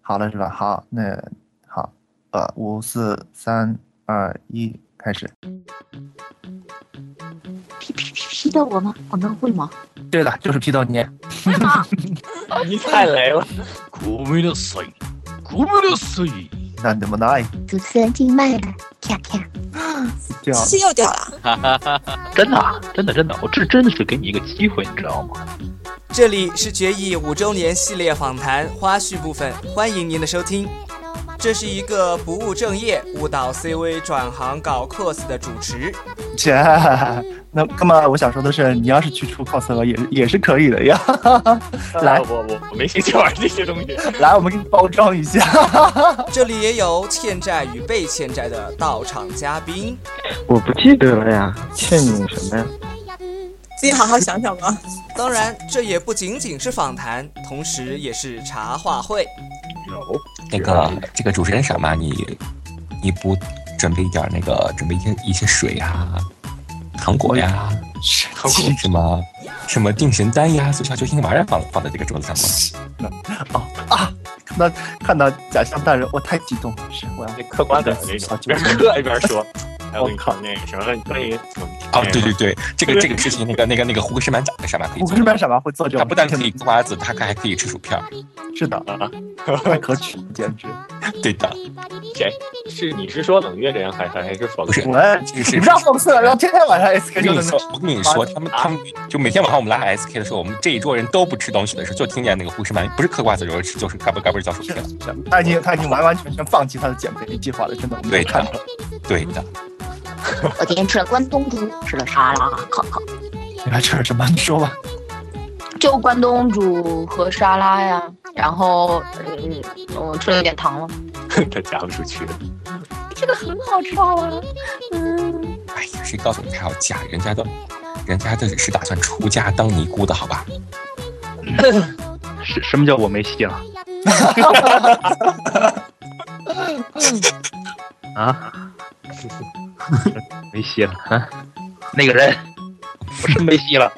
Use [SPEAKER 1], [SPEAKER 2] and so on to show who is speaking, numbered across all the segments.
[SPEAKER 1] 好了是吧？好，那好，呃，五四三二一，开始。
[SPEAKER 2] 批批批批到我吗？我能会吗？
[SPEAKER 1] 对的，就是批斗你。
[SPEAKER 3] 你太雷了！
[SPEAKER 4] ごめんなさい。ごめんなさい。
[SPEAKER 1] 那怎么来？
[SPEAKER 2] 主持人进麦了，咔咔。
[SPEAKER 1] 这样
[SPEAKER 5] 是又掉了。啊
[SPEAKER 3] 真的啊，真的真的，我这真的是给你一个机会，你知道吗？
[SPEAKER 6] 这里是决议五周年系列访谈花絮部分，欢迎您的收听。这是一个不务正业、误导 CV 转行搞 cos 的主持。
[SPEAKER 1] 切， 那那么我想说的是，你要是去出 cos 也是也是可以的呀。 来
[SPEAKER 3] 啊我我我没兴趣玩这些东西。
[SPEAKER 1] 来，我们给你包装一下。
[SPEAKER 6] 这里也有欠债与被欠债的到场嘉宾。
[SPEAKER 7] 我不记得了呀，欠你什么呀？
[SPEAKER 5] 自己好好想啊想吧。
[SPEAKER 6] 当然，这也不仅仅是访谈，同时也是茶话会。
[SPEAKER 3] 有
[SPEAKER 8] 那个这个主持人傻妈，你你不准备一点那个准备一些一些水啊、糖果呀、
[SPEAKER 3] 糖果
[SPEAKER 8] 什么什么定神丹呀、速效救心丸呀，放放在这个桌子上吗？
[SPEAKER 1] 那看到假象大人，我太激动了，是我要
[SPEAKER 3] 那客观的那种，一边嗑一边说。哎， 我给你看那个什么，你关于啊
[SPEAKER 8] 哦，对对对，这个这个事情，那个那个那个胡歌石蛮长的傻妈可以
[SPEAKER 1] 我
[SPEAKER 8] 做
[SPEAKER 1] 不是，班傻吧会做这
[SPEAKER 8] 他
[SPEAKER 1] 种，
[SPEAKER 8] 不但可以嗑瓜子，他还可以吃薯片儿。
[SPEAKER 1] 是 的，
[SPEAKER 3] 啊，
[SPEAKER 1] 太可取，简 直。
[SPEAKER 8] 对的，
[SPEAKER 3] 谁哎是你是说冷月这样，还还还是否
[SPEAKER 8] 不是
[SPEAKER 1] 我也
[SPEAKER 8] 这
[SPEAKER 1] 你
[SPEAKER 8] 是
[SPEAKER 1] 不要讽刺了，然后天天 晚上 SK
[SPEAKER 8] 我
[SPEAKER 1] 就
[SPEAKER 8] 跟你
[SPEAKER 1] 在
[SPEAKER 8] 说
[SPEAKER 1] 那，
[SPEAKER 8] 我跟你说，他们他们就每天晚上我们拉 SK 的时候，我们这一桌人都不吃东西的时候，就听见那个胡适满不是嗑瓜子就是吃，就是嘎嘣嘎嘣嚼薯片。
[SPEAKER 1] 是 他已经他已经完完全全放弃他的减肥计划了，真的，我们
[SPEAKER 8] 对
[SPEAKER 1] 都看着。
[SPEAKER 8] 对的，
[SPEAKER 2] 我今天吃了关东煮，吃了沙拉，烤烤。
[SPEAKER 1] 你来这是什么？你说吧。
[SPEAKER 9] 就关东煮和沙拉呀，然后嗯，我吃了有点糖了，
[SPEAKER 3] 他夹不出去？
[SPEAKER 9] 这个很好吃好
[SPEAKER 2] 啊
[SPEAKER 9] 吧？嗯，
[SPEAKER 8] 哎呀，谁告诉你他要嫁？人家都，人家这是打算出家当尼姑的好吧？
[SPEAKER 3] 什什么叫我没戏了？啊，没戏了啊！那个人，我真没戏了。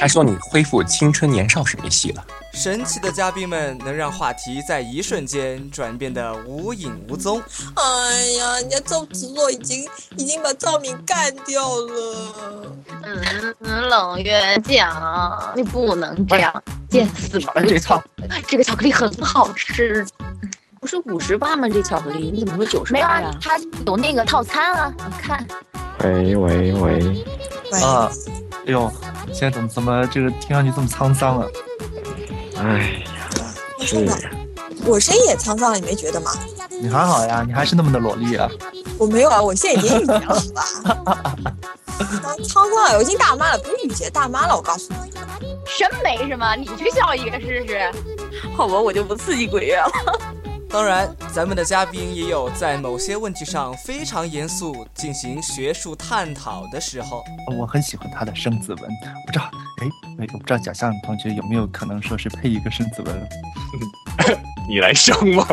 [SPEAKER 8] 他说你恢复青春年少是没戏了。
[SPEAKER 6] 神奇的嘉宾们能让话题在一瞬间转变得无影无踪。
[SPEAKER 5] 哎呀，人家赵子洛已经已经把赵敏干掉了。
[SPEAKER 9] 嗯，冷月讲你不能这样，贱死了！
[SPEAKER 1] 哎，这套
[SPEAKER 9] 这个巧克力很好吃，
[SPEAKER 2] 不是五十八吗？这巧克力你怎么说九十
[SPEAKER 9] 没有
[SPEAKER 2] 八
[SPEAKER 9] 啊
[SPEAKER 2] 呀？，
[SPEAKER 9] 它有那个套餐啊，你 看，
[SPEAKER 7] 喂喂喂，
[SPEAKER 5] 喂
[SPEAKER 1] 啊，哎呦，现在怎么怎么这个听上去这么沧桑啊？
[SPEAKER 7] 哎，是呀，
[SPEAKER 5] 我声音也沧桑了，你没觉得吗？
[SPEAKER 1] 你还好呀，你还是那么的萝莉啊。
[SPEAKER 5] 我没有啊，我现在已经御姐了，好吧？啊沧桑了，我已经大妈了，不是御姐，大妈了。我告诉你，
[SPEAKER 9] 审美是吗？你去笑一个试试。
[SPEAKER 2] 好吧，我就不刺激鬼月了。
[SPEAKER 6] 当然，咱们的嘉宾也有在某些问题上非常严肃进行学术探讨的时候。
[SPEAKER 1] 哦我很喜欢他的生子文，不知道哎，哎我不知道假象同学有没有可能说是配一个生子文，
[SPEAKER 3] 你来生吗？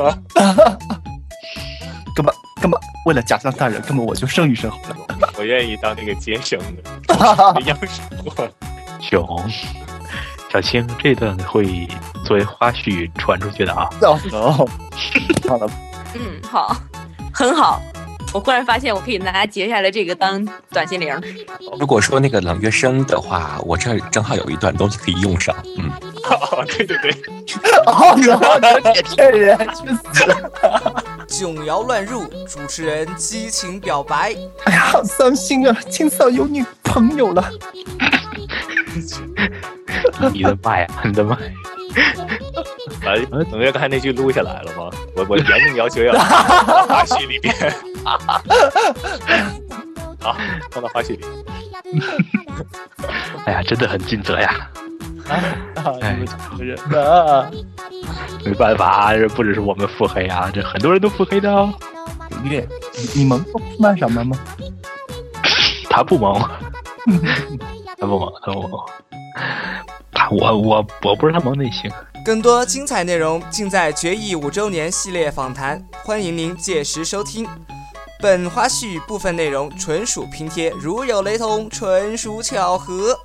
[SPEAKER 1] 根本根本为了假象大人，根本我就生一生好了。
[SPEAKER 3] 我愿意当那个接生的，没要生活。
[SPEAKER 10] 囧，小青这段会作为花絮传出去的啊。
[SPEAKER 1] 哦，哦 好了，
[SPEAKER 2] 嗯，好，很好。我忽然发现，我可以拿它截下来这个当短信铃。
[SPEAKER 8] 如果说那个冷月生的话，我这儿正好有一段东西可以用上。嗯，
[SPEAKER 3] 哦，对对对，
[SPEAKER 1] 哦， 然后这人 去死了，
[SPEAKER 6] 囧摇乱入，主持人激情表白，
[SPEAKER 1] 哎呀，好伤心啊！ 青少有女朋友了，
[SPEAKER 10] 你的哎妈呀，你的妈呀！
[SPEAKER 3] 完，冷月刚才那句录下来了吗？我我严重要求 要放到花絮里边。 好，放到花絮里。
[SPEAKER 10] 哎呀，真的很尽责呀。
[SPEAKER 1] 啊，
[SPEAKER 10] 哎
[SPEAKER 1] 你们这个人 啊，
[SPEAKER 10] 没办法啊，这不只是我们腹黑啊，这很多人都腹黑的哦。
[SPEAKER 1] 月，你你萌吗？什么吗？
[SPEAKER 10] 他不萌，他不萌，他不萌。他我我我不是他萌类型。
[SPEAKER 6] 更多精彩内容尽在《决议五周年系列访谈》，欢迎您届时收听。本花絮部分内容纯属拼贴，如有雷同，纯属巧合。